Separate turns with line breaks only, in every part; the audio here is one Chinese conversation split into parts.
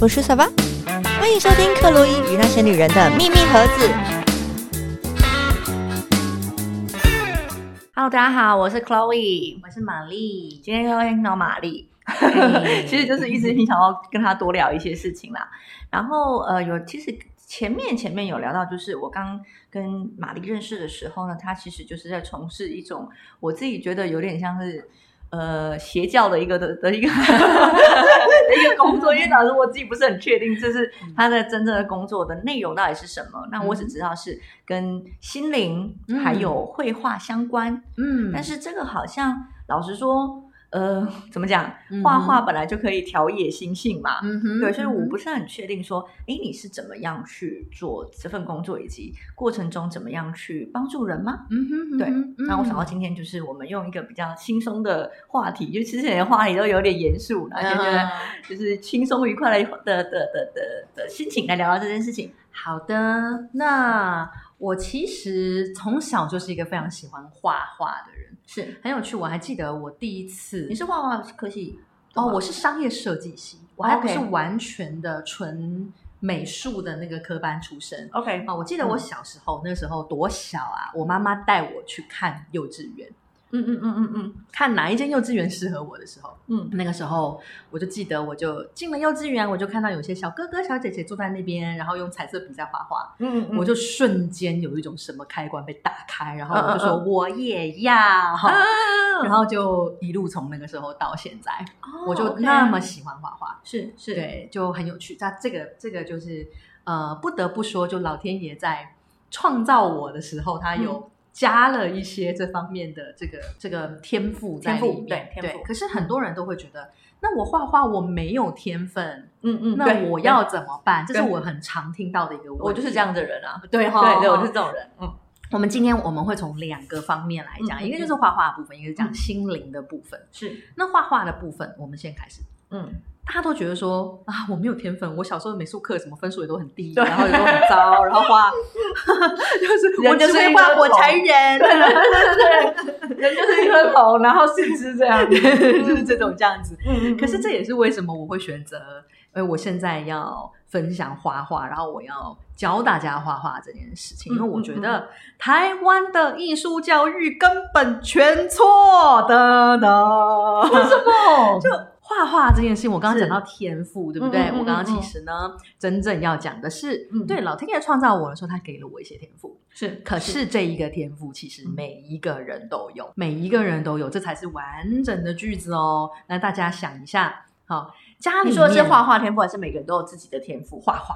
我是小巴，欢迎收听克洛伊与那些女人的秘密盒子。
Hello，大家好，我是 Chloe，
我是玛丽。
今天又听到玛丽，
嘿
其实就是一直挺想要跟她多聊一些事情啦。然后呃，有其实前面前面有聊到，就是我刚跟玛丽认识的时候呢，她其实就是在从事一种我自己觉得有点像是。呃，邪教的一个的的一个的一个工作，因为老师我自己不是很确定，就是他的真正的工作的内容到底是什么。那我只知道是跟心灵还有绘画相关，
嗯
但是这个好像老实说，呃，怎么讲
嗯，
画画本来就可以调野心性嘛。
嗯哼
对，所以我不
嗯
是很确定说，哎，你是怎么样去做这份工作，以及过程中怎么样去帮助人吗？
哼嗯哼，
对
嗯哼
那我想到今天就是我们用一个比较轻松的话题，就其实有些话题都有点严肃，然后就觉得
嗯啊
就是轻松愉快的的的的的的心情来聊聊这件事情。
好的，那我其实从小就是一个非常喜欢画画的人，
是，
很有趣。我还记得我第一次，
你是画画科系
哦，我
是
是商业设计系，我还不是
OK
完全的纯美术的那个科班出身。
OK，
啊，我记得我小时候、那时候多小啊，我妈妈带我去看幼稚园，
嗯嗯嗯嗯嗯
看哪一间幼稚园适合我的时候，
嗯
那个时候我就记得，我就进了幼稚园，我就看到有些小哥哥小姐姐坐在那边，然后用彩色笔在画画，
嗯嗯，
我就瞬间有一种什么开关被打开，然后我
嗯
就说
嗯
我也要，哈
啊
然后就一路从那个时候到现在，我就
哦 OK
那么喜欢画画，
是是，
对，就很有趣。那这个这个就是呃，不得不说，就老天爷在创造我的时候，他
嗯
有。加了一些这方面的这个这个天赋在
天赋
里面，
对天赋嗯
可是很多人都会觉得，那我画画我没有天分，
嗯嗯，
那
对
我
对
要怎么办？这是
对
我很常听到的一个问题。
我就是这样的人啊，
对哈、
对对，我
哈
就是这种人，嗯
我们今天我们会从两个方面来讲，
嗯嗯
一个就是画画的部分，一个是讲心灵的部分。
是，
那画画的部分，我们先开始。
嗯
大家都觉得说啊，我没有天分，我小时候美术课什么分数也都很低，
对
然后也都很糟，然后画就是我
人就
只
是
会
一个
画火柴
狗
人，
人就是一颗头，然后四肢这样，
就是这种这样子。
嗯
可是这也是为什么我会选择，因为我现在要分享画画，然后我要教大家画画这件事情，
嗯
因为我觉得台湾的艺术教育根本全错的呢。为什 么？就画画这件事情，我刚刚讲到天赋，对不对？
嗯嗯嗯
我刚刚其实呢，真正要讲的是，
嗯
对老天爷创造我的时候，他给了我一些天赋，
是，嗯
可是这一个天赋，其实每一个人都有，每一个人都有，这才是完整的句子哦。那大家想一下，好，家里
你说的是
面
画画天赋，还是每个人都有自己的天赋？
画画，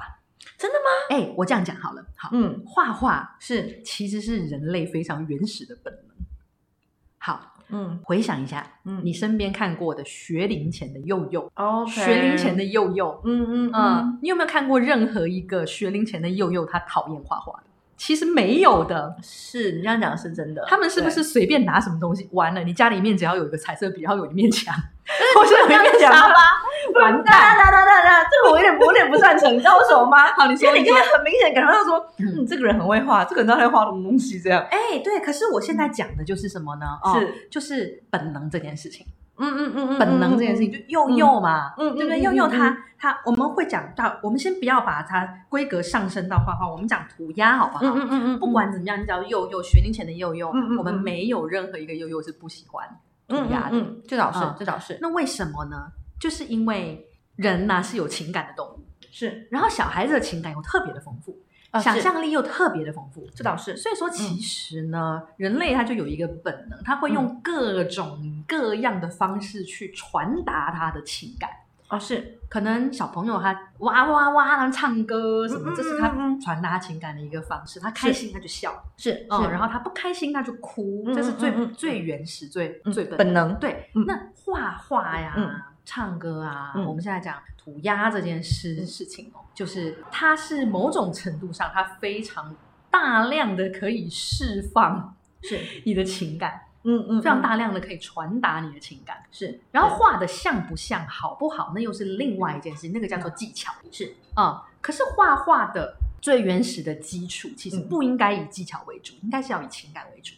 真的吗？
哎、我这样讲好了，好，
嗯，
画画
是，
其实是人类非常原始的本能。好，
嗯
回想一下，
嗯
你身边看过的学龄前的幼幼，
OK，
学龄前，的幼幼，
嗯嗯
嗯，你有没有看过任何一个学龄前的幼幼他讨厌画画的？其实没有的，
是你这样讲是真的，
他们是不是随便拿什么东西完了？你家里面只要有一个彩色笔，然后有一面 墙，或是有一面
讲
沙
沙
发，
发？
完
哒
蛋！
哒哒哒哒，这个我有点我有点不赞成，你知道为什么吗？
好，你
因
说
为
你
你
说
刚，才很明显感受到说，
嗯
嗯，这个人很会画，这个人到底在画什么东西这样？嗯
哎，对，可是我现在讲的就是什么呢？哦，
是，
就是本能这件事情，
嗯嗯嗯嗯
本能这件事情，就幼幼嘛，
嗯嗯
对不对？
嗯嗯
幼幼
嗯
它它，我们会讲到，我们先不要把它规格上升到画画，我们讲涂鸦好不
嗯
好？
嗯嗯嗯，
不管怎么样，你只要幼幼学龄前的幼幼
嗯嗯，嗯
我们没有任何一个幼幼是不喜欢涂鸦的。
嗯，这倒
嗯
这倒是
那为什么呢？就是因为人呐、是有情感的动物，
是
然后小孩子的情感又特别的丰富，想
想象，
象力又特别的丰富。
这倒是，嗯
所以说，其实呢，人类他就有一个本能，他会用各种各样的方式去传达他的情感。
哦是，
可能小朋友他哇哇哇，然后唱歌什么，
嗯嗯
这是他
嗯嗯
传达情感的一个方式。他开心他就笑，
是
嗯，然
然
后
后
他不开心他就哭，
嗯嗯
这是最、
嗯嗯嗯
最原始、最、
嗯
最本
本能
对，
嗯
那画画呀、
嗯
唱歌啊，
嗯
我们现在讲涂鸦这件事事情哦，就是它是某种程度上，它非常大量的可以释放
是，
你的情感，
嗯嗯，
非常大量的可以传达你的情感。
是，
然后画的像不像、好不好，那又是另外一件事情，那个叫做技巧。
嗯是
啊、可是画画的最原始的基础，其实
嗯
不应该以技巧为主，应该是要以情感为主。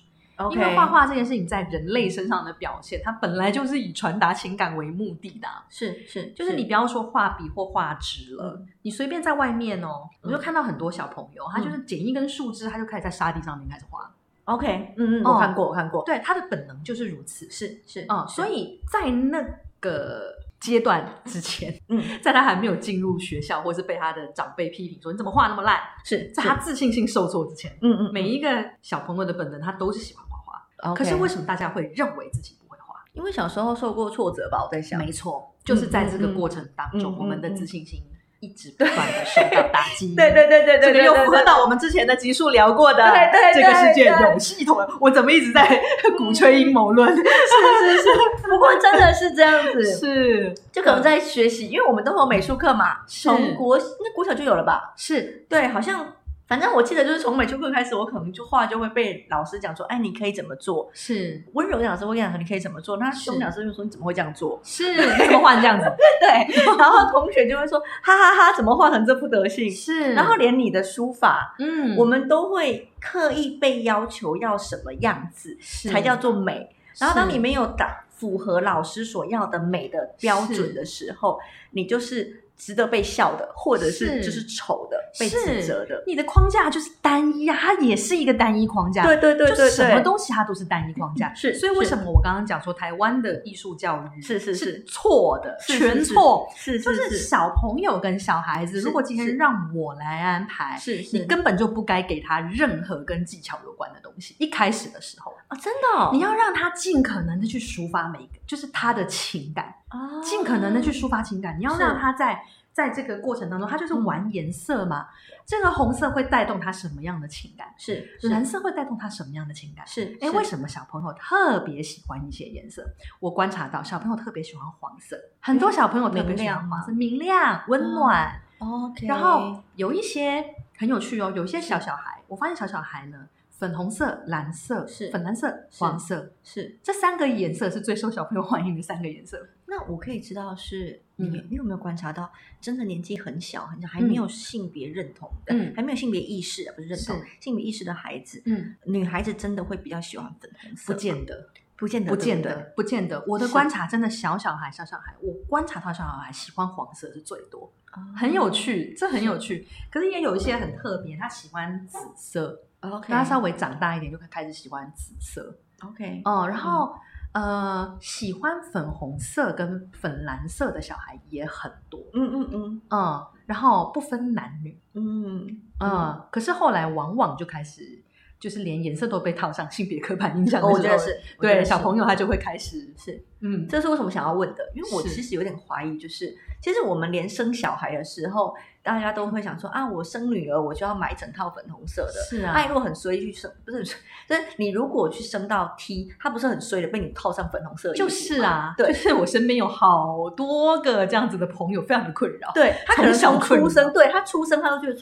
因为画画这件事情在人类身上的表现，它本来就是以传达情感为目的的啊、
是嗯是，
就是你不要说画笔或画纸了，你随便在外面哦，
嗯
我就看到很多小朋友，他就是捡一根树枝，他就开始在沙地上面开始画。
OK，嗯嗯，
哦
我看过，我看过，
对，他的本能就是如此。
是是
嗯，
是
所以在那个阶段之前，
嗯
在他还没有进入学校，或是被他的长辈批评说你怎么画那么烂，
是
在他自信心受挫之前，
嗯嗯，
每一个小朋友的本能他都是喜欢画画。可是
OK
为什么大家会认为自己不会画？
因为小时候受过挫折吧，我在想，
没错，就是在这个过程当中，
嗯嗯嗯
我们的自信心一直不断的受到打 击。
对对对对对，
这个又
对
符合到我们之前的集数聊过的，
对对
这个世界
对
有系统。我怎么一直在 鼓吹阴谋论？
对是是是，不过真的是这样子，
是
就可能在学习，因为我们都会有美术课嘛，
嗯是
从国那国小就有了吧？
是
对，好像。反正我记得就是从美术课开始，我可能就画就会被老师讲说，哎，你可以怎么做？
是
温柔的老师会跟你讲你可以怎么做，那凶的老师就说你怎么会这样做？
是，你怎么换这样子？
对，然后同学就会说，哈哈哈怎么画成这副德行？
是
然后连你的书法，
嗯，
我们都会刻意被要求要什么样子才叫做美。然后当你没有达符合老师所要的美的标准的时候，你就是值得被笑的，或者是
是
就是丑的，被指责的。
你的框架就是单一啊，它也是一个单一框架。
对对对对
就
对，
什么东西它都是单一框 架，
是
所以为什么我刚刚讲说台湾的艺术教育
是是是
是错的，
是是
全错，
是
就是是
是
小朋友跟小孩子，
是
如果今
是
天让我来安排，
是是
你根本就不该给他任何跟技巧有关的东西。一开始的时候，
啊，真的哦，
你要让他尽可能的去抒发每一个，就是他的情感，
哦
尽可能的去抒发情感。你要
是嗯
让他在在这个过程当中，他就是玩颜色嘛。这个红色会带动他什么样的情感？
是是
蓝色会带动他什么样的情感？
是
哎，为
么？
什么小朋友特别喜欢一些颜色？我观察到小朋友特别喜欢黄色，很多小朋友特别喜欢黄色，明亮、
嗯
温暖。
OK，
然后有一些很有趣哦，有一些小小孩，我发现小小孩呢，粉红色、蓝色、
是
粉蓝色、
是
黄色
是
这三个颜色是最受小朋友欢迎的三个颜色。
那我可以知道是你
嗯
有你有没有观察到，真的年纪很小很小，还没有性别认同的，
嗯
还没有性别意识啊，不是认同
是
性别意识的孩子，
嗯，
女孩子真的会比较喜欢粉红色
不
吗，
见得，
不见得，
不见
对
得，不见得。我的
是
观察真的，小小孩，小小孩，我观察到小小孩喜欢黄色是最多，
不对，
很有趣，这很有趣。可是也有一些很特别，他喜欢紫色。
哦 OK，
他稍微长大一点就会开始喜欢紫色
OK，
哦，然后、呃，喜欢粉红色跟粉蓝色的小孩也很多，
嗯嗯嗯
嗯，然后不分男女，
嗯
嗯，可是后来往往就开始就是连颜色都被套上性别刻板印象
嗯，
的
哦
时候，
我觉得是，我觉
对
得
小
是
朋友他就会开始
是，
嗯，
这是为什么想要问的，因为我
是
其实有点怀疑，就是其实我们连生小孩的时候，大家都会想说啊，我生女儿我就要买一整套粉红色的，
是
爱
啊，
若很衰去生，不是很衰，就是你如果去生到 T，他不是很衰的，被你套上粉红色的衣服
就
吗
是， 啊，
对
就是我身边有好多个这样子的朋友，非常的困扰，
对他可能
从小
从
困
出
扰
生，对他出生他就觉得，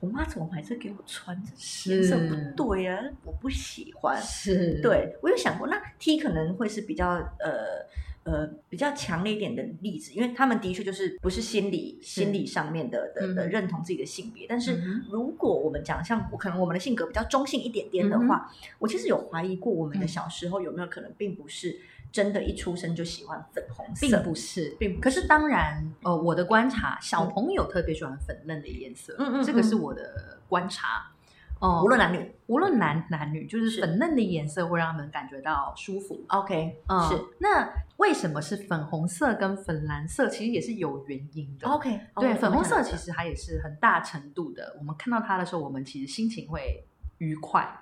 我妈怎么买这给我穿，这颜色不
是
对啊，我不喜欢。
是，
对我有想过，那 T 可能会是比较呃呃比较强烈一点的例子，因为他们的确就是不是心理
是
心理上面的的的
嗯
认同自己的性别，但是
嗯
如果我们讲像我可能我们的性格比较中性一点点的话，我其实有怀疑过我们的
嗯
小时候有没有可能并不是真的一出生就喜欢粉红色，
并不是，
并不
可是嗯当然，呃，我的观察，小朋友特别喜欢粉嫩的颜色，
嗯嗯嗯
这个是我的观察。哦、
无论男女
无论男男女，就是
是
粉嫩的颜色会让他们感觉到舒服。
，OK
嗯，
是
那为什么是粉红色跟粉蓝色？其实也是有原因的。
OK，哦
对，粉红色其实它也是很大程度的。我们看到它的时候，我们其实心情会愉快，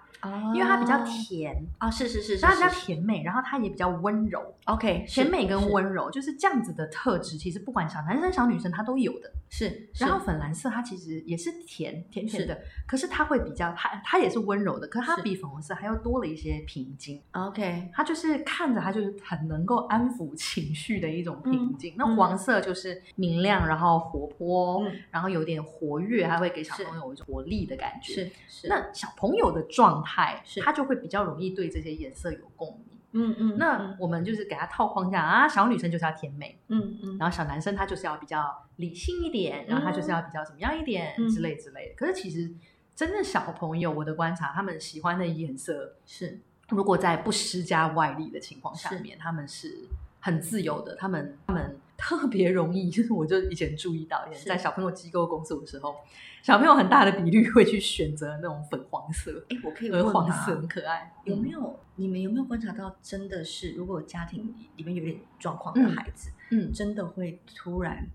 因为它比较甜，
啊，是哦是是，是
它比较
是
甜美，然后它也比较温柔。
OK，是
甜美跟
是
温柔就是这样子的特质，其实不管小男生小女生他都有的。
是，是
然后粉蓝色它其实也是甜甜
是
甜的，可是它会比较它它也是温柔的，可是它
是
比粉红色还要多了一些平静。
OK
它就是看着它就是很能够安抚情绪的一种平
嗯
静。那黄色就是明亮，然后活泼，
嗯
然后有点活跃，还会给小
是
朋友有一种活力的感觉。
是是
那小朋友的状态
是，
他就会比较容易对这些颜色有共鸣。
嗯嗯，
那我们就是给他套框架啊，小女生就是要甜美，
嗯嗯
然后小男生他就是要比较理性一点，然后他就是要比较怎么样一点
嗯
之类之类的。可是其实真正小朋友，我的观察，他们喜欢的颜色
是
如果在不施加外力的情况下
是
面，他们是很自由的，他们他们特别容易，就是我就以前注意到，也
是
在小朋友机构工作的时候，小朋友很大的比率会去选择那种粉黄色，
哎，我可以
鹅
问嗯吗
黄色很可爱，
有没
有？
有你们有没有观察到，真的是如果家庭里面有点状况的孩子，
嗯，
真的会突然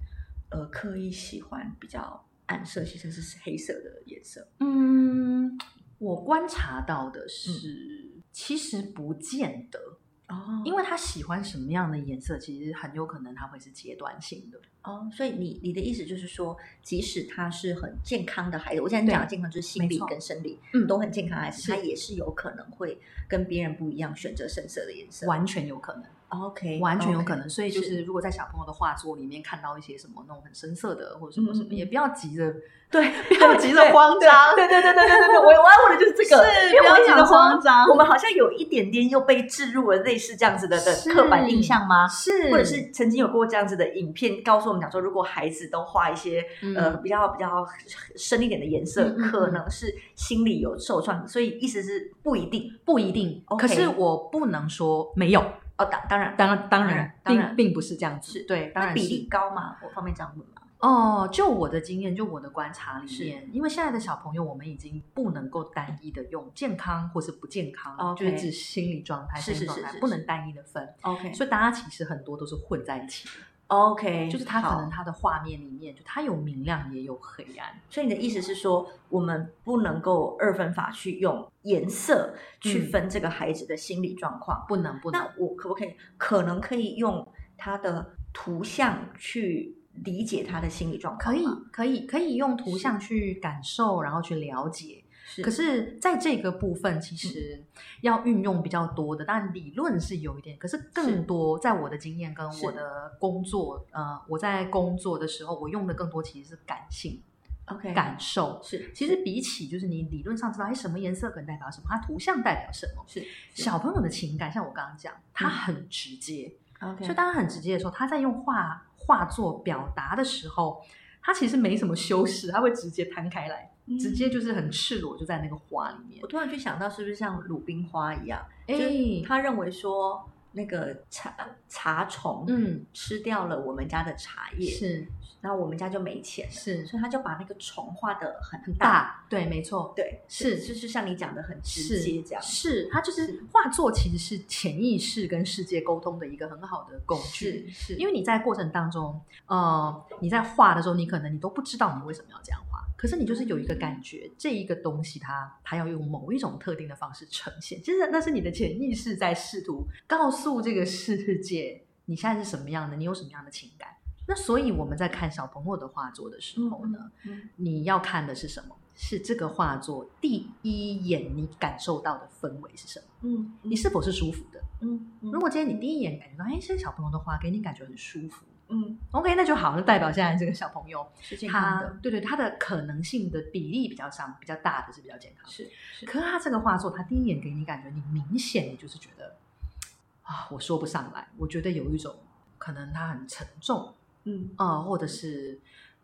呃刻意喜欢比较暗色系，甚至是黑色的颜色？
嗯，我观察到的是，其实不见得，
哦因
因
为
为他喜欢什么样的颜色，其实很有可能他会是阶段性的。
哦，所以你你的意思就是说，即使他是很健康的孩子，我现在讲的
对
健康就是心
没
理
错
跟生理
嗯
都很健康的孩子，
是
他也是有可能会跟别人不一样，选择深色的颜色。
嗯完全有可能，
OK，
完全有
OK
可能。所以就是是，如果在小朋友的画作里面看到一些什么那种很深色的，或者什么
嗯
什么，
嗯嗯
也不要急着，
对，
不要急着慌张。
对对对对对对对，我我要问的就是这个，
是
因为我一直
不要
想说
慌张
我们好像有一点点又被置入了类似这样子的的
是
刻板印象吗？
啊是
或者是曾经有过这样子的影片，告诉我们讲说，如果孩子都画一些、
嗯
呃比较比较深一点的颜色，
嗯嗯嗯
可能是心理有受创，所以意思是不一定
不一定。
OK
可是我不能说没有，
哦。当当然，
当然当然，
当然
并并不是这样子。对，当
那
然
比
是
例高嘛，我方面这样问嘛。
哦，就我的经验，就我的观察里面，因为现在的小朋友，我们已经不能够单一的用健康或是不健康
OK
就是指心理状态、
是
身体
是
状
是
态，
是
不
是
能单一的分。
OK
所以大家其实很多都是混在一起的，
OK，
就是他可
好
能他的画面里面，就他有明亮也有黑暗，
所以你的意思是说，我们不能够二分法去用颜色去
嗯
分这个孩子的心理状况。
不能不能
那我可不可以可能可以用他的图像去理解他的心理状况
可
吗？
以可以可以用图像去感受，然后去了解。
是嗯
可是在这个部分，其实要运用比较多的，但理论是有一点，可是
是
更多在我的经验跟
是
我的工作，呃，我在工作的时候，我用的更多其实是感性
OK
感受。
是
其实比起就是你理论上知道，哎，什么颜色可能代表什么，它图像代表什么，
是
小朋友的情感，像我刚刚讲，他
嗯
很直接，
OK，
所以当他很直接的时候，他在用画画作表达的时候，他其实没什么修饰，他会直接摊开来，
嗯
直接就是很赤裸就在那个画里面
我。突然就想到，是不是像鲁冰花一样？
哎、
就是他认为说那个茶茶虫
嗯，
吃掉了我们家的茶叶，
是
然后我们家就没钱了，
是
所以他就把那个虫画的很
很大，对，没错，
对，
是
就是像你讲的很直
是
接这样，
是，他就是是画作其实是潜意识跟世界沟通的一个很好的工具。
是是，
因
为
为你在过程当中，呃，你在画的时候，你可能你都不知道你为什么要这样画，可是你就是有一个感觉，这一个东西它它要用某一种特定的方式呈现，其实那是你的潜意识在试图告诉这个世界你现在是什么样的，你有什么样的情感。那所以我们在看小朋友的画作的时候呢，
嗯
你要看的是什么？是这个画作第一眼你感受到的氛围是什么？
嗯，
你是否是舒服的？
嗯，
如果今天你第一眼感觉到，哎，这个小朋友的画给你感觉很舒服，
嗯
OK，那就好，那代表现在这个小朋友
是健康
他
的，
对对，他的可能性的比例比较上比较大的是比较健康。
是是
可是他这个画作，他第一眼给你感觉，你明显你就是觉得啊，我说不上来，我觉得有一种可能他很沉重
嗯
啊、呃或者是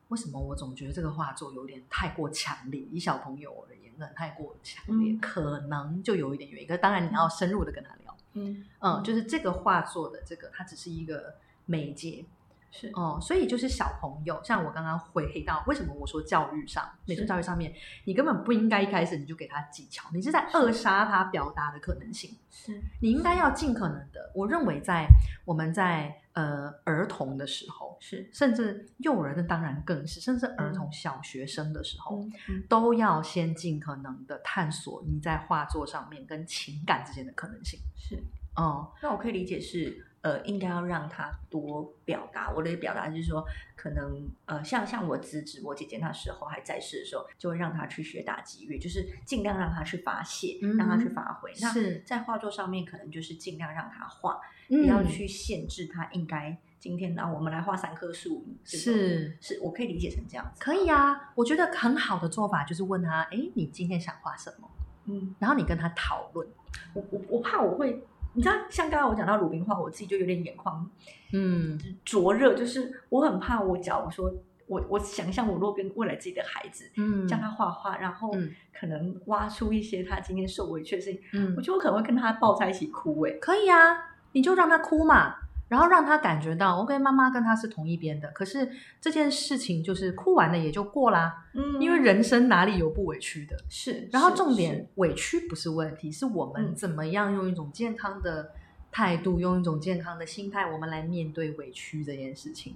为什么我总觉得这个画作有点太过强烈，以小朋友而言，可能太过强烈，
嗯
可能就有一点原因。可是当然你要深入的跟他聊，
嗯
嗯，就是这个画作的这个，它只是一个媒介，
是
哦，所以就是小朋友，像我刚刚回到为什么我说教育上，美术
是
教育上面，你根本不应该一开始你就给他技巧，你是在扼杀他表达的可能性。
是
你应该要尽可能的，我认为在我们在呃儿童的时候，
是
甚至幼儿的当然更是，甚至儿童小学生的时候，
嗯嗯
都要先尽可能的探索你在画作上面跟情感之间的可能性。
是，
哦、
那我可以理解是。呃，应该要让他多表达。我的表达就是说，可能呃，像像我侄子、我姐姐那时候还在世的时候，就会让他去学打击乐，就是尽量让他去发泄，
嗯
让他去发挥。那
是
在画作上面，可能就是尽量让他画，
嗯
不要去限制他应该今天啊，我们来画三棵树，这种
是
是，我可以理解成这样子，
可以啊，我觉得很好的做法就是问他，哎，你今天想画什么？
嗯，
然后你跟他讨论，
我我我怕我会，你知道，像刚刚我讲到鲁冰花，我自己就有点眼眶
嗯，
灼热，就是我很怕我假如说我我想象我若跟未来自己的孩子
嗯
教他画画，然后
嗯
可能挖出一些他今天受委屈的事情，
嗯
我觉得我可能会跟他抱在一起哭哎、
可以啊，你就让他哭嘛，然后让他感觉到，OK，妈妈跟他是同一边的。可是这件事情就是哭完了也就过啦，
嗯
因为人生哪里有不委屈的？
是，
然后
是
重
嗯是
点委屈不是问题，是我们
嗯
怎么样用一种健康的态度，用一种健康的心态，我们来面对委屈这件事情。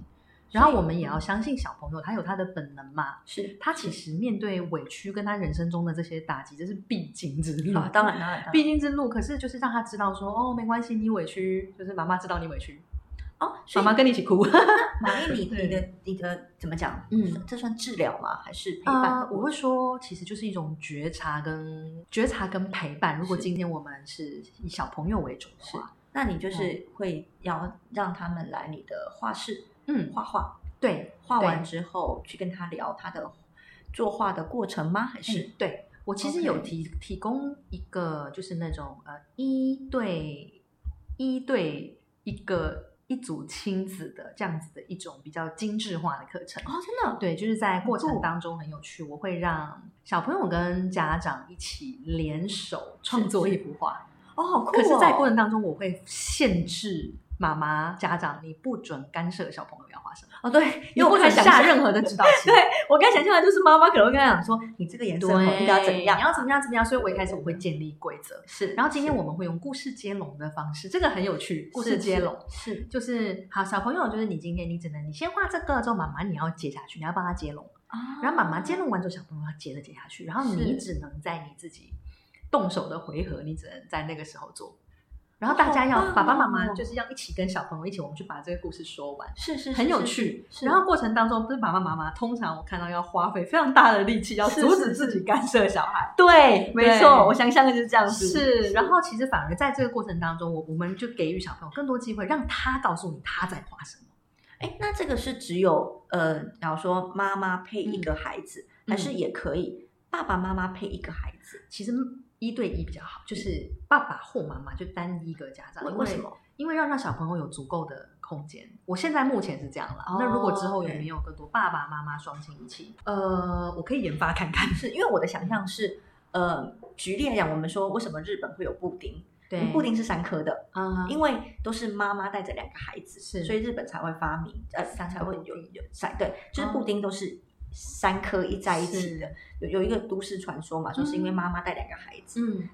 然后我们也要相信小朋友，他有他的本能嘛，
是
他其实面对委屈跟他人生中的这些打击，这是必经之路。
啊，当然当然，当然
必经之路，可是就是让他知道说，哦，没关系，你委屈，就是妈妈知道你委屈，
哦，所
妈
以
妈跟你一起哭。
玛丽，你你的
对
你的怎么讲？
嗯，
这算治疗吗？还是陪伴
啊，？我会说，其实就是一种觉察跟觉察跟陪伴。如果
是
今天我们是以小朋友为主的
是
话，
那你就是会要让他们来你的画室
嗯，
画画，
对，
画完
对
之后去跟他聊他的作画的过程吗？还是
嗯对我其实有
OK
提提供一个，就是那种呃一对一对一个一组亲子的这样子的一种比较精致化的课程。
哦，真的
对，就是在过
很
程
酷
当中很有趣，我会让小朋友跟家长一起联手创作一幅画。
哦，好酷哦！
可是，在过程当中，我会限制妈妈、家长，你不准干涉小朋友要画什么，
哦，对，
你
因为
不
我
准
刚想
下
象
任何的 指导棋。
对我刚想象的就是妈妈可能会跟他讲说，你这个颜色好应该要怎样？嗯
你要怎么样怎么样？所以我一开始我会建立规则。
是，
然后今天我们会用故事接龙的方式，这个很有趣。故事接龙
是
就是好，小朋友就是你今天你只能你先画这个，之后妈妈你要接下去，你要帮他接龙。
啊
然后妈妈接龙完之后，小朋友要接着接下去，然后你
是
只能在你自己动手的回合，你只能在那个时候做。然后大家要、
好棒哦
爸爸妈妈就是要一起跟小朋友一起，我们去把这个故事说完，
是是
很有
是
趣。
是是
然后过程当中，不是爸爸妈妈通常我看到要花费非常大的力气，要
是
阻
是
止自己干涉小孩。
对，没
对
错，我想象的就是这样子。
是，然后其实反而在这个过程当中，我我们就给予小朋友更多机会，让他告诉你他在画什么。
哎，那这个是只有呃，比方说妈妈配一个孩子，
嗯
还是也可以爸爸妈妈配一个孩子？
其实一对一比较好，就是爸爸或妈妈就单一个家长。
为
因
为什么？
因为要让小朋友有足够的空间。我现在目前是这样啦。
哦
那如果之后有
OK
没有更多爸爸妈妈双亲一起？呃，我可以研发看看。
是因为我的想象是，呃，举例来讲，我们说为什么日本会有布丁？
对，
布丁是三颗的，
啊，
因为都是妈妈带着两个孩子，
是
所以日本才会发明，呃，
三
才
个
会
布
有
丁
有三对，就是
哦
布丁都是三颗一在一起的。有有一个都市传说嘛，说是因为妈妈带两个孩子，
嗯，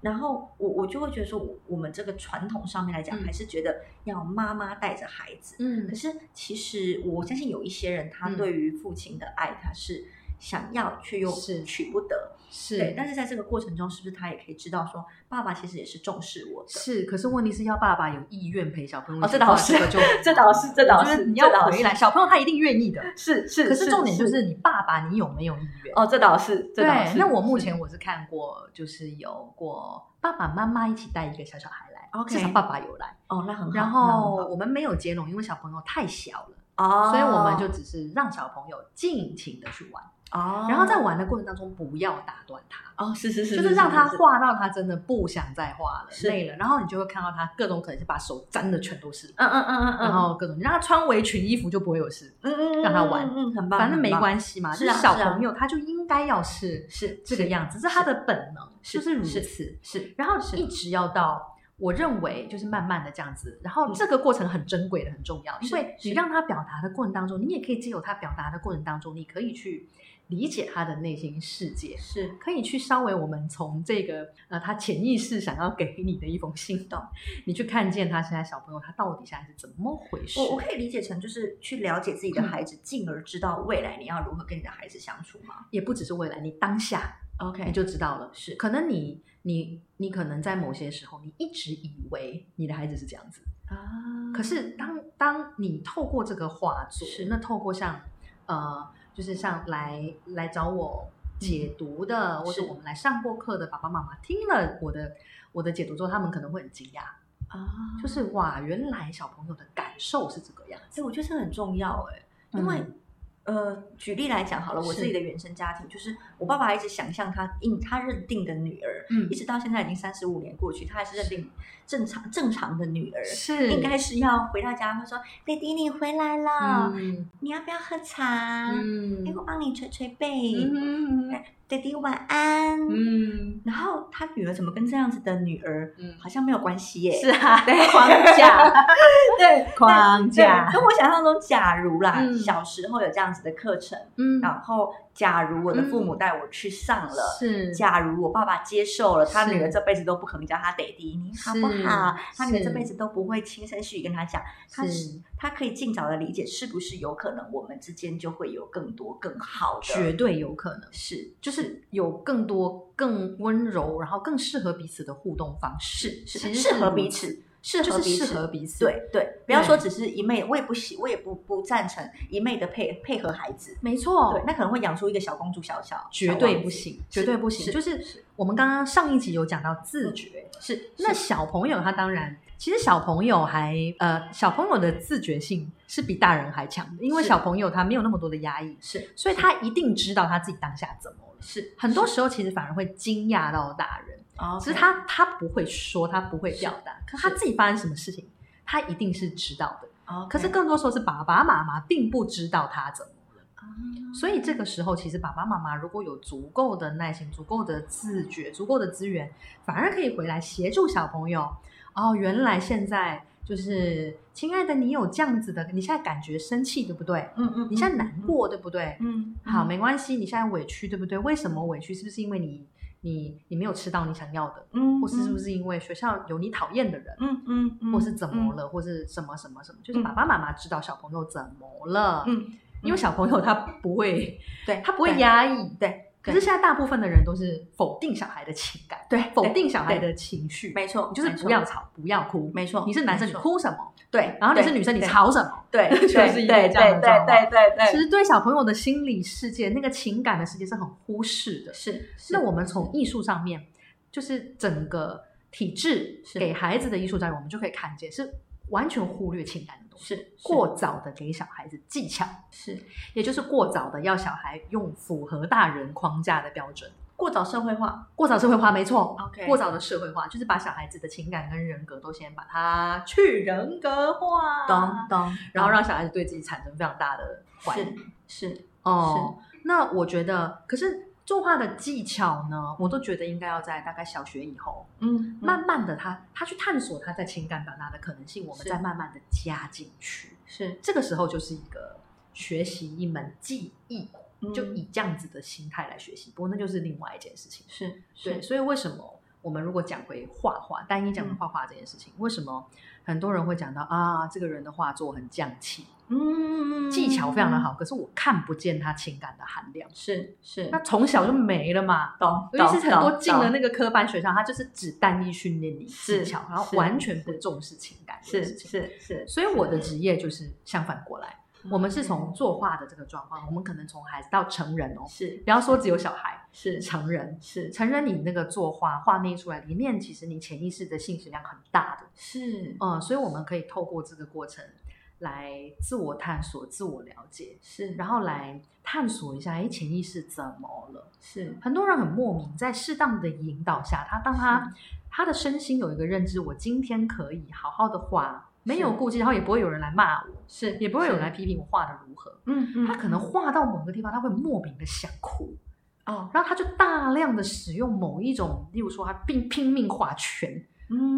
然后我我就会觉得说，我我们这个传统上面来讲，
嗯
还是觉得要妈妈带着孩子。
嗯
可是其实我相信有一些人，他
嗯
对于父亲的爱，他是想要却又
是
取不得。对
是，
但是在这个过程中，是不是他也可以知道说，爸爸其实也是重视我的？
是，可是问题是要爸爸有意愿陪小朋友
哦
一起
这倒
画
是
个就很
这倒是这倒
我觉得
是
你
这倒
要回
是
来，小朋友他一定愿意的。
是是
可是重点就是你爸爸，你有没有意愿？
哦，这倒是，这倒
对
是。，
那我目前我是看过，就是有过爸爸妈妈一起带一个小小孩来
OK
至少爸爸有来。
哦，那很好。那
然
很好
后我们没有接龙，因为小朋友太小了，
哦，
所以我们就只是让小朋友尽情的去玩，
哦，
然后在玩的过程当中不要打断他，
哦，是是是，
就是让他画到他真的不想再画了，
是
累了，然后你就会看到他各种可能是把手粘的全都是，
嗯，嗯嗯嗯嗯，
然后各种你让他穿围裙衣服就不会有事，
嗯嗯嗯
让他玩
嗯嗯，很棒，
反正没
很棒
关系嘛，
是
就
啊
是小
是啊
朋友他就应该要是
是
这个样子，这是他的本能，
是
就是如
是
此。
是
然后一直要到我认为就是慢慢的这样子，然后这个过程很珍贵的，很重要，因
是
为你
是
让他表达的过程当中，你也可以借由他表达的过程当中，你可以去理解他的内心世界，
是
可以去稍微我们从这个呃他潜意识想要给你的一封信动，你去看见他现在小朋友他到底现在是怎么回事
我。我可以理解成就是去了解自己
嗯
的孩子，进而知道未来你要如何跟你的孩子相处吗
也不只是未来，你当下
？OK，
你就知道了。
是
可能你你你可能在某些时候，你一直以为你的孩子是这样子，
啊
可是当当你透过这个画作，
是
那透过像呃，就是像来来找我解读的，或者
是
我们来上过课的爸爸妈妈听了我的我的解读之后，他们可能会很惊讶，
啊，就
就
是
是哇，原来小朋友的感受是这个样
哎，
子，
欸我觉得这很重要哎，因为
嗯
呃，举例来讲好了，我
是
自己的原生家庭就是我爸爸一直想象他应他认定的女儿，
嗯
一直到现在已经三十五年过去，他还是认定正常正常的女儿。
是
应该是要回到家，会说：“baby，你回来了，
嗯
你要不要喝茶？哎、
嗯
我帮你捶捶背、
嗯
爹 d a d d y 晚安。
嗯
然后他女儿怎么跟这样子的女儿
嗯
好像没有关系耶、
是啊，
对
框架
对
框架
对，跟我想象中，假如啦，
嗯
小时候有这样子的课程，
嗯
然后假如我的父母带我去上了。
是
假如我爸爸接受了，他
是
女儿这辈子都不可能叫他 daddy，你好不
是
好？他女儿
是
这辈子都不会轻声细语跟他讲，他
是
他可以尽早的理解，是不是有可能我们之间就会有更多更好的？
绝对有可能，
是
就是有更多更温柔，然后更适合彼此的互动方式，
是是
其实
适合
如
彼
此，
此，适
就
合
是
彼此，
适合彼此，
对对，不要说
对
只是一昧，我也不喜，我也不不赞成一昧的配配合孩子，哦
没错，
对，那可能会养出一个小公主、小小
绝对不，行，绝对不行。
是
就是我们刚刚上一集有讲到自觉，
小王子是
那
那
小朋友他当然，其实小朋友还呃，小朋友的自觉性是比大人还强的，因为
是
小朋友他没有那么多的压抑，
是
所以他一定知道他自己当下怎么了。
是
很多时候其实反而会惊讶到大人，
哦，
只是他他不会说，他不会表达，可
是
他自己发生什么事情，他一定是知道的。
哦，
可是更多时候是爸爸妈妈并不知道他怎么了。所以这个时候，其实爸爸妈妈如果有足够的耐心、足够的自觉、足够的资源，反而可以回来协助小朋友。哦，原来现在就是，亲爱的，你有这样子的，你现在感觉生气对不对？
嗯嗯，
你现在难过对不对？
嗯，嗯，
好，没关系，你现在委屈对不对？为什么委屈？是不是因为你你你没有吃到你想要的，
嗯，
或是是不
是
是因为学校有你讨厌的人？
嗯嗯嗯，
或是怎么
嗯？
了，或是什么什么什么，就是
嗯
爸爸妈妈知道小朋友怎么了，
嗯，
因为小朋友他不会，
对
他不会
对
压抑，
对。
可是现在大部分的人都是否定小孩的情感，对，否定小孩的情绪，
没错，
你就是
没错
不要，吵，不要哭，
没错，
你是男生
没
你
错，
哭什么，
对，
然后你
对
是女生你
对
吵什么，
对，对
就是一个
对
这样
对
的
对
状况
对对
其
对，
实对小朋友的心理世界那个情感的世界是很忽视的。
是是
那我们从艺术上面，就是整个体制
是
给孩子的艺术教育，我们就可以看见是完全忽略情感的东西。
是是
过早的给小孩子技巧，
是
也就是过早的要小孩用符合大人框架的标准，
过早社会化
过早社会化没错。
，OK，
过早的社会化就是把小孩子的情感跟人格都先把它去人格化，
懂懂，
啊然后让小孩子对自己产生非常大的怀疑。
是是
哦，那我觉得，可是作画的技巧呢，我都觉得应该要在大概小学以后，
嗯，那
慢慢的他他去探索他在情感表达的可能性，我们
是
再慢慢的加进去。
是
这个时候就是一个学习一门技艺，就
嗯
以这样子的心态来学习。不过那就是另外一件事情。
是是
对，所以为什么我们如果讲回画画，单一讲回
嗯
画画这件事情，为什么很多人会讲到啊，这个人的画作很匠气，
嗯
技巧非常的，好，可是我看不见他情感的含量。
是是
那从小就没了嘛。
懂，
尤
嗯
其
懂
是很多
懂
进了
懂
那个科班学校，他就是只单一训练你技
是
巧，然后
是
完全不
是
重视情感这件事
是
情。
是是，
所以我的职业就是相反过来，我们是从作画的这个状况，我们可能从孩子到成人哦，
嗯是
不要说只有小孩，
是
成人，
是
成人你那个作画画面一出来，里面其实你潜意识的信息量很大的，
是
嗯，所以我们可以透过这个过程来自我探索、自我了解，
是，
然后来探索一下，哎，潜意识怎么了？
是
很多人很莫名，在适当的引导下，他当他他的身心有一个认知，我今天可以好好的画，没有顾忌，然后也不会有人来骂我，
是
也不会有人
是
来批评我画的如何。
嗯嗯，
他可能画到某个地方，他会莫名的想哭，
哦，
然后他就大量的使用某一种，例如说他拼拼命画圈，
嗯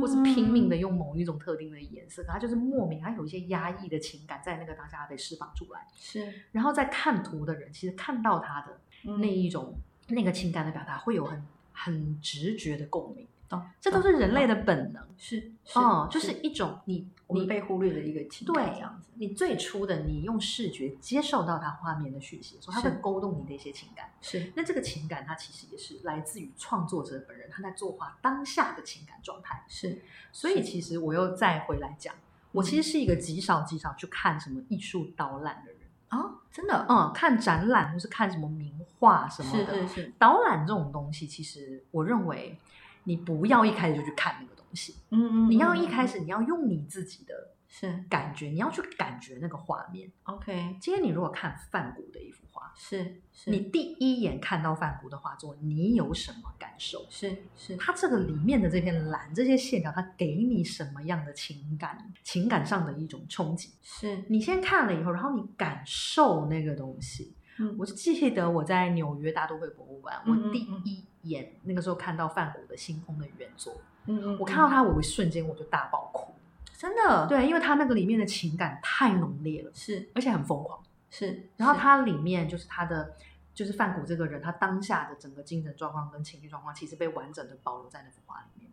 或是拼命的用某一种特定的颜色，可他就是莫名，他有一些压抑的情感在那个当下，他得释放出来。
是
然后在看图的人，其实看到他的
嗯
那一种那个情感的表达，会有很很直觉的共鸣。
懂，
这都是人类的本能
是嗯是
哦，就是一种你
我
你
们被忽略的一个情感
对
这样子，
你最初的你用视觉接受到它画面的讯息，所以它会
是
勾动你的一些情感。
是
那这个情感它其实也是来自于创作者本人他在作画当下的情感状态。
是
所以
是嗯
其实我又再回来讲，我其实是一个极少极少去看什么艺术导览的人，
哦，真的，
嗯，看展览或是看什么名画什么
是嗯
的，
是是，
导览这种东西，其实我认为你不要一开始就去看那个东西，
嗯嗯，
你要
嗯
一开
嗯
始你要用你自己的
是
感觉，你要去感觉那个画面。
OK，
今天你如果看梵谷的一幅画，
是是
你第一眼看到梵谷的画作，你有什么感受？
是是
它这个里面的这片蓝，这些线条，它给你什么样的情感？情感上的一种冲击。
是，
你先看了以后，然后你感受那个东西。
嗯
我就记得我在纽约大都会博物馆，
嗯嗯
我第一眼那个时候看到梵谷的《星空》的原作，
嗯
我看到它，我一瞬间我就大爆哭。
真的
对，因为它那个里面的情感太浓烈了，
是
而且很疯狂。
是，
然后
是
它里面就是他的，就是范谷这个人，他当下的整个精神状况跟情绪状况，其实被完整的保留在那幅画里面。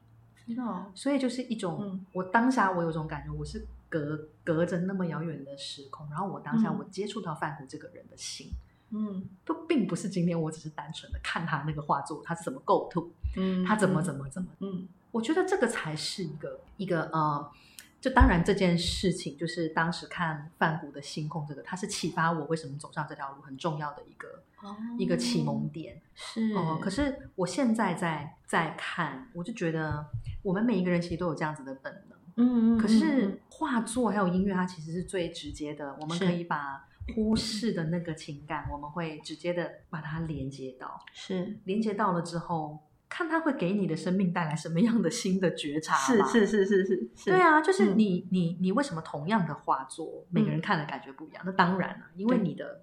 真的哦
所以就是一种，
嗯
我当下我有种感觉，我是隔隔着那么遥远的时空，然后我当下
嗯
我接触到范谷这个人的心，
嗯
都并不是今天我只是单纯的看他那个画作，他是怎么构图，
嗯
他怎么怎么怎么
嗯
我觉得这个才是一个一个呃，就当然这件事情就是当时看梵谷的《星空》这个，它是启发我为什么走上这条路很重要的一个、
哦
一个启蒙点。
是
哦、可是我现在在在看，我就觉得我们每一个人其实都有这样子的本能。
嗯嗯，嗯
可是画作还有音乐，它其实是最直接的，我们
是
可以把忽视的那个情感，我们会直接的把它连接到。
是
连接到了之后，看它会给你的生命带来什么样的新的觉察
是
吧。
是是是是是，
对，啊，就是
嗯
你、你你为什么同样的画作，每个人看的感觉不一样？那当然了、因为
对
你的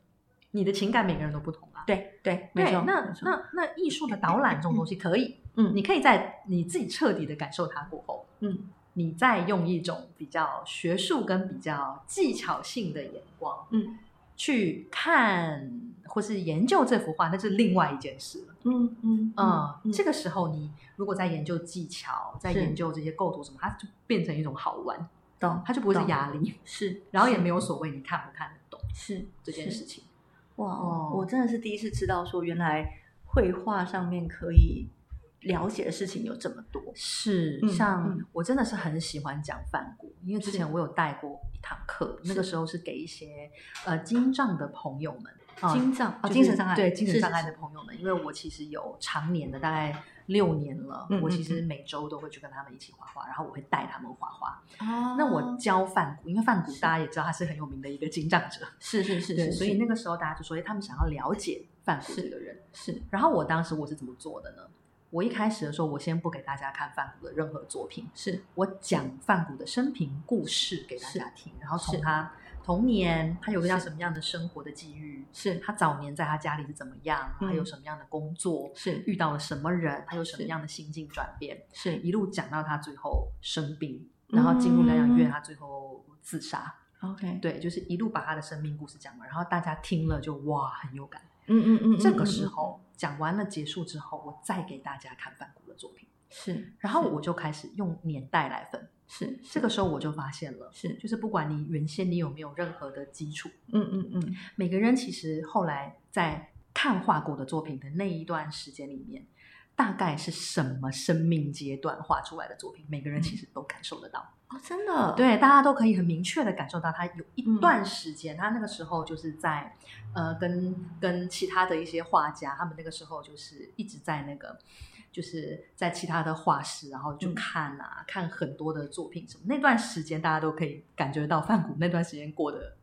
你的情感每个人都不同啊。
对对，没
对，
错，
那
没错
那那艺术的导览这种东西可以，
嗯
你可以在你自己彻底的感受它过后，
嗯
你再用一种比较学术跟比较技巧性的眼光，
嗯，
去看或是研究这幅画，那是另外一件事了。
嗯嗯
嗯，这
个
个时候你如果在研究技巧，在
是
研究这些构图什么，它就变成一种好玩，
懂
它就不会是
懂
压力，
是，
然后也
是
没有所谓你看不看得懂
是
这件
是
事情。
哇，
哦
我真的是第一次知道说，原来绘画上面可以了解的事情有这么多。
是，
嗯
像
嗯
我真的是很喜欢讲梵谷，因为之前
是
我有带过一堂课，那
是
个时候是给一些呃精障的朋友们，啊
精障啊，
就是
精神障碍，
对精神
是
障碍，
是
的
是
朋友们，因为我其实有常年的大概六年了，
嗯
我
嗯
其实
嗯
每周都会去跟他们一起画画，然后我会带他们画画。
哦
那我教梵谷，因为梵谷大家也知道他是很有名的一个精障者，
是是是
对，
是，
所以那
个
个时候大家就说，哎，他们想要了解梵谷
是
这个人。
是
然后我当时我是怎么做的呢？我一开始的时候，我先不给大家看梵谷的任何作品，
是
我讲梵谷的生平故事给大家听，然后从
是
他童年，他有个叫
是
什么样的生活的际遇，
是
他早年在他家里是怎么样，
嗯
他有什么样的工作，
是
遇到了什么人，他有什么
是
样的心境转变，
是
一路讲到他最后生病，
嗯
然后进入疗养院，他最后自杀。
，OK，，
对，就是一路把他的生命故事讲完，然后大家听了就哇很有感。
嗯嗯嗯，嗯
这个
嗯
时
嗯
候讲完了结束之后，我再给大家看梵谷的作品，
是，
然后我就开始用年代来分。
是
这个时候我就发现了，
是，
就是不管你原先你有没有任何的基础，
嗯嗯嗯，
每个人其实后来在看画过的作品的那一段时间里面，大概是什么生命阶段画出来的作品，每个人
嗯
其实都感受得到。
哦，真的，，嗯
对，大家都可以很明确的感受到，他有一段时间，他那个时候就是在呃跟跟其他的一些画家，他们那个时候就是一直在那个。就是在其他的画室，然后就
嗯
看啊，看很多的作品什么。那段时间大家都可以感觉到范谷那段时间过得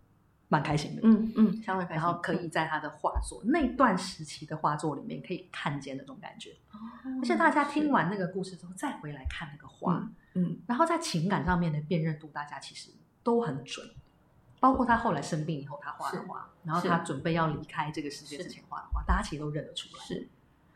蛮开心的，
嗯嗯，相对开心，
然后可以
嗯，
在他的画作那段时期的画作里面可以看见那种感觉，而且大家听完那个故事之后再回来看那个画，
嗯，
然后在情感上面的辨认度，大家其实都很准，包括他后来生病以后他画的画，然后他准备要离开这个世界之前画的画，大家其实都认得出来。
是，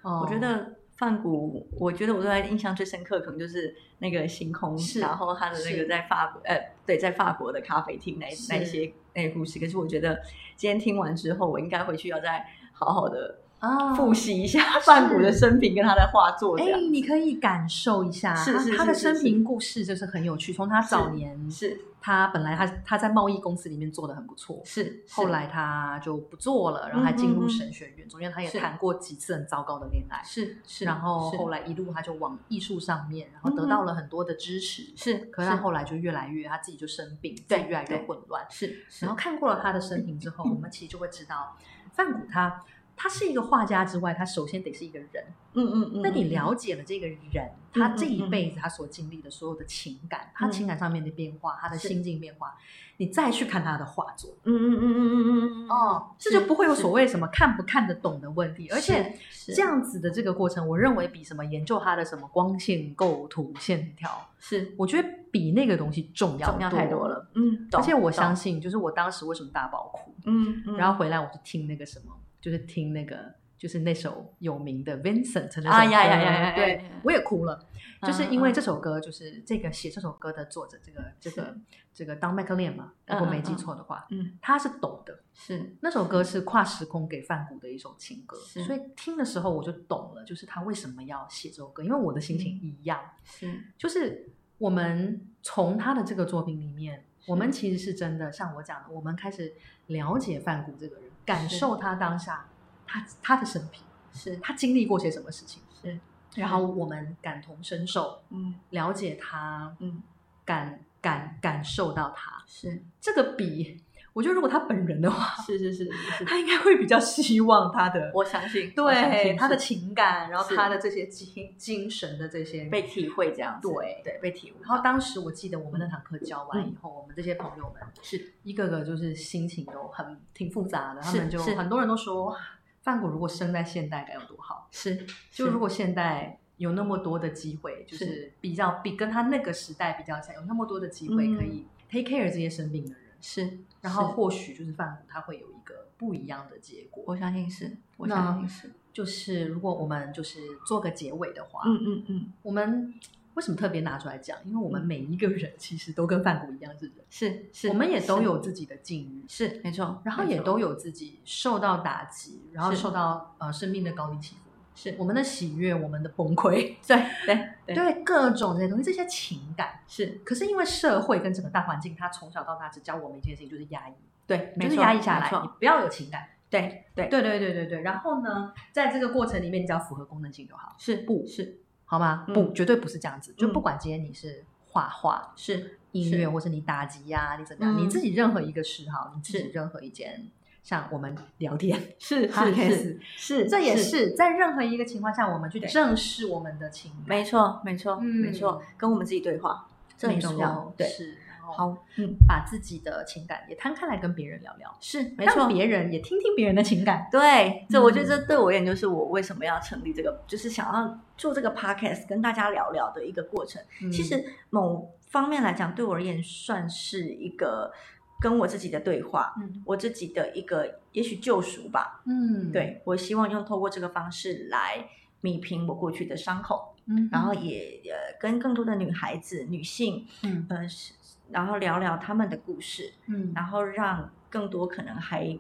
哦
我觉得范谷，我觉得我对他印象最深刻，可能就是那个星空
是，
然后他的那
是
个在法国，呃，对，在法国的咖啡厅那
是
那一些那些故事。可是我觉得今天听完之后，我应该回去要再好好的
啊
复习一下 范谷的
是
生平跟他的画作，这
哎、
样
你可以感受一下，
是
他
是
他的
是是
生
是
平故事就是很有趣。从他早年，
是
他本来他他在贸易公司里面做的很不错，
是，
后
是
来他就不做了，然后还进
嗯嗯
入
嗯
神学院，中间他也
是
谈过几次很糟糕的恋爱，
是是，
然后
是
后来一路他就往艺术上面，然后得
嗯
到了很多的支持，
是，
可是
是
他后来就越来越他自己就生病，自己
对
越来越
对
混乱。
是，
然后看过了他的生平之后，我们其实就会知道，范谷他他是一个画家之外，他首先得是一个人。
嗯嗯嗯，
那你了解了这个人，他
嗯
这
嗯
一
嗯
辈子他所经历的所有的情感，他
嗯
情感上面的变化，他的
是
心境变化，你再去看他的画作，
嗯，嗯嗯嗯嗯嗯嗯，
哦，这就不会有所谓什么看不看得懂的问题，而且
是
这样子的这个过程，我认为比什么研究它的什么光线、构图、线条，
是
我觉得比那个东西重要
重要太多。了，嗯，
而且我相
信，
信，就是我当时为什么大爆哭，
嗯，嗯
然后回来我就听那个什么，就是听那个就是那首有名的 Vincent 那首歌，
啊呀呀呀呀呀呀
对
呀
我也哭了，就是因
嗯
为
嗯
这首歌，就是这个写这首歌的作者，这个这个这个 Don McLean 嘛，如果
嗯嗯
没记
嗯
错的话，
嗯
他是懂的。
是
那首歌是跨时空给范谷的一首情歌，
是
所以听的时候我就懂了，就是他为什么要写这首歌，因为我的心情
嗯
一样，
是
就是我们从他的这个作品里面，
是
我们其实是真的像我讲的，我们开始了解范谷这个人，感受他当下他他的生平，
是
他经历过些什么事情，
是，
然后我们感同身受，
嗯
了解他，
嗯
感感感受到他，
是
这个比我觉得如果他本人的话，
是是是是，
他应该会比较希望他的
我相信，我相
对
信
他的
是
情感，然后
是
他的这些精精神的这些
被体会这样子，
对
对，被体悟到，
然后当时我记得我们那堂课教完以后，我们这些朋友们
是
一个个就是心情都很挺复杂的，他
是
们就是很多人都说，哇范谷如果生在现代该有多好。
是，
就是如果现代有那么多的机会，就是比较比跟他那个时代比较起来，有那么多的机会
嗯
可以 take care 这些生病的人，
是，
然后
是
或许就是范谷他会有一个不一样的结果。
我相信是，我
那
相信是，
就是如果我们就是做个结尾的话，
嗯嗯嗯，
我们为什么特别拿出来讲？因为我们每一个人其实都跟范谷一样是人，
是嗯是，
我们也都
是
有自己的境遇，
是没错，
然后
没
也
错
都有自己受到打击，然后
是
受到呃生命的高低起伏，
是
我们的喜悦，我们的崩溃，
对对对
对各种这些东西，这些情感。
是，
可是因为社会跟整个大环境，它从小到大只教我们一件事情，就是压抑，
对，没
就是
错
压抑下
没
来，
错
你不要有情感。
对对
对对对对对。然后呢，在这个过程里面，你只要符合功能性就好。
是
不
是
好吗？
嗯
不，绝对不是这样子。就
嗯
不管今天你是画画、
是
音乐，或是你打击呀、你怎么样，
嗯
你自己任何一个嗜好，你自己
是
任何一件，像我们聊天，
是是
podcast
是是，
这也是在任何一个情况下，我们去
对
正视我们的情感，
没错没错没错
嗯，
跟我们自己对话，这很
没错
重要，哦对，
是。然后
好，嗯，
把自己的情感也摊开来跟别人聊聊，
是没
让
错，
别人也听听别人的情感。
对，这我觉得
嗯
这对我而言就是我为什么要成立这个，就是想要做这个 podcast 跟大家聊聊的一个过程。其实
嗯
某方面来讲，对我而言算是一个跟我自己的对话，
嗯，
我自己的一个也许救赎吧。
嗯，嗯，
对我希望用透过这个方式来弥平我过去的伤口，
嗯，
然后也呃跟更多的女孩子、女性，
嗯
呃，是然后聊聊她们的故事，
嗯，
然后让更多可能还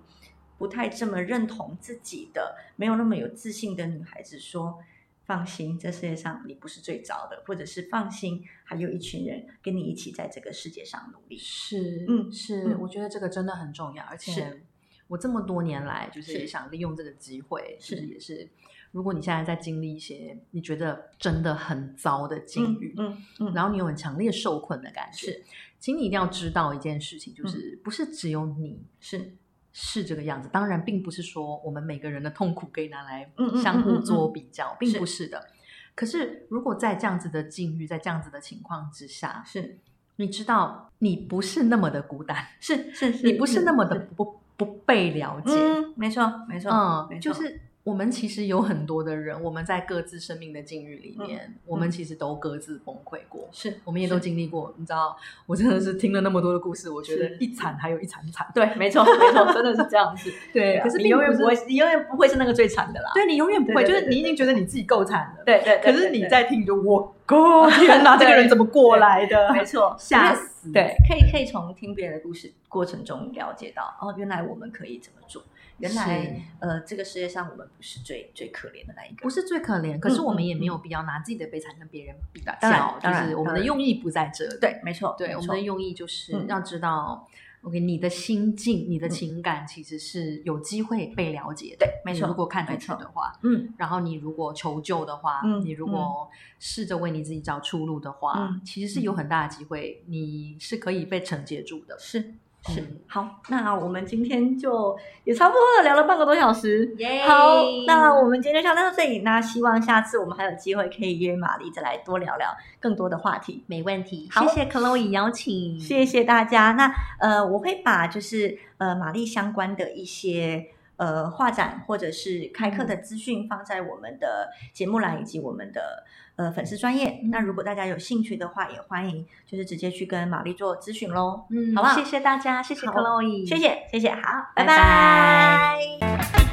不太这么认同自己的、没有那么有自信的女孩子说：“放心，这世界上你不是最糟的，或者是放心，还有一群人跟你一起在这个世界上努力。
是，
嗯
是，
嗯
我觉得这个真的很重要，而且
是
我这么多年来，就是
是
也想利用这个机会，就是也是，如果你现在在经历一些你觉得真的很糟的”境遇，
嗯嗯，
然后你有很强烈受困的感觉，
是嗯
请你一定要知道一件事情，就是不是只有你
是
是这个样子，当然并不是说我们每个人的痛苦可以拿来
嗯嗯
相
嗯
互
嗯
做
嗯
比较，并
是
不是的。可是，如果在这样子的境遇，在这样子的情况之下，
是
你知道你不是那么的孤单，
是是是，
你不是那么的不不被了解，
嗯，没错没错，没错
嗯，就是我们其实有很多的人，我们在各自生命的境遇里面，我们其实都各自崩溃过，
嗯是
我们也都
是
经历过。你知道，我真的是听了那么多的故事，我觉得
是
一惨还有一惨惨。
对，没 错没错，真的是这样子。
对
啊
可是
你
并
永
不
远
是
不会，你永远不会是那个最惨的啦。
对你永远不会，
对对
就是
对
你
对
已经觉得你自己够惨了。
对对对，
可是
对
你
对
在听，你就我靠，天哪，这个人怎么过来的？
没 错，因
吓
为
死
对，可以可以从听别人的故事过程中了解到，哦，原来我们可以怎么做，原
是
来呃，这个世界上我们不是最最可怜的那一个，
不是最可怜，
嗯
可是我们也没有必要拿自己的悲惨跟别人比较，就是我们的用意不在这里。
对，没错，
对，
没
我
错
们的用意就是
嗯
要知道、o k 你的心境、你的情感其实是有机会被了解的。
对，没
你
错，
如果看得
没
出
错
的话，
嗯，
然后你如果求救的话，
嗯
你如果试着为你自己找出路的话，
嗯
其实是有很大的机会，你是可以被承接住的。
是是
嗯
好，那我们今天就也差不多了，聊了半个多小时。
耶
好，那我们今天就到这里。那希望下次我们还有机会可以约玛丽再来多聊聊更多的话题。
没问题，
好
谢谢 Chloe 邀请，
谢谢大家。那呃，我会把就是呃玛丽相关的一些呃画展或者是开课的
嗯
资讯放在我们的节目栏以及我们的呃粉丝专业。
嗯
那如果大家有兴趣的话，也欢迎就是直接去跟玛丽做咨询喽。
嗯，
好不好
谢谢大家，谢谢
好
Chloe，
谢。谢，谢谢，好，拜
拜
拜
拜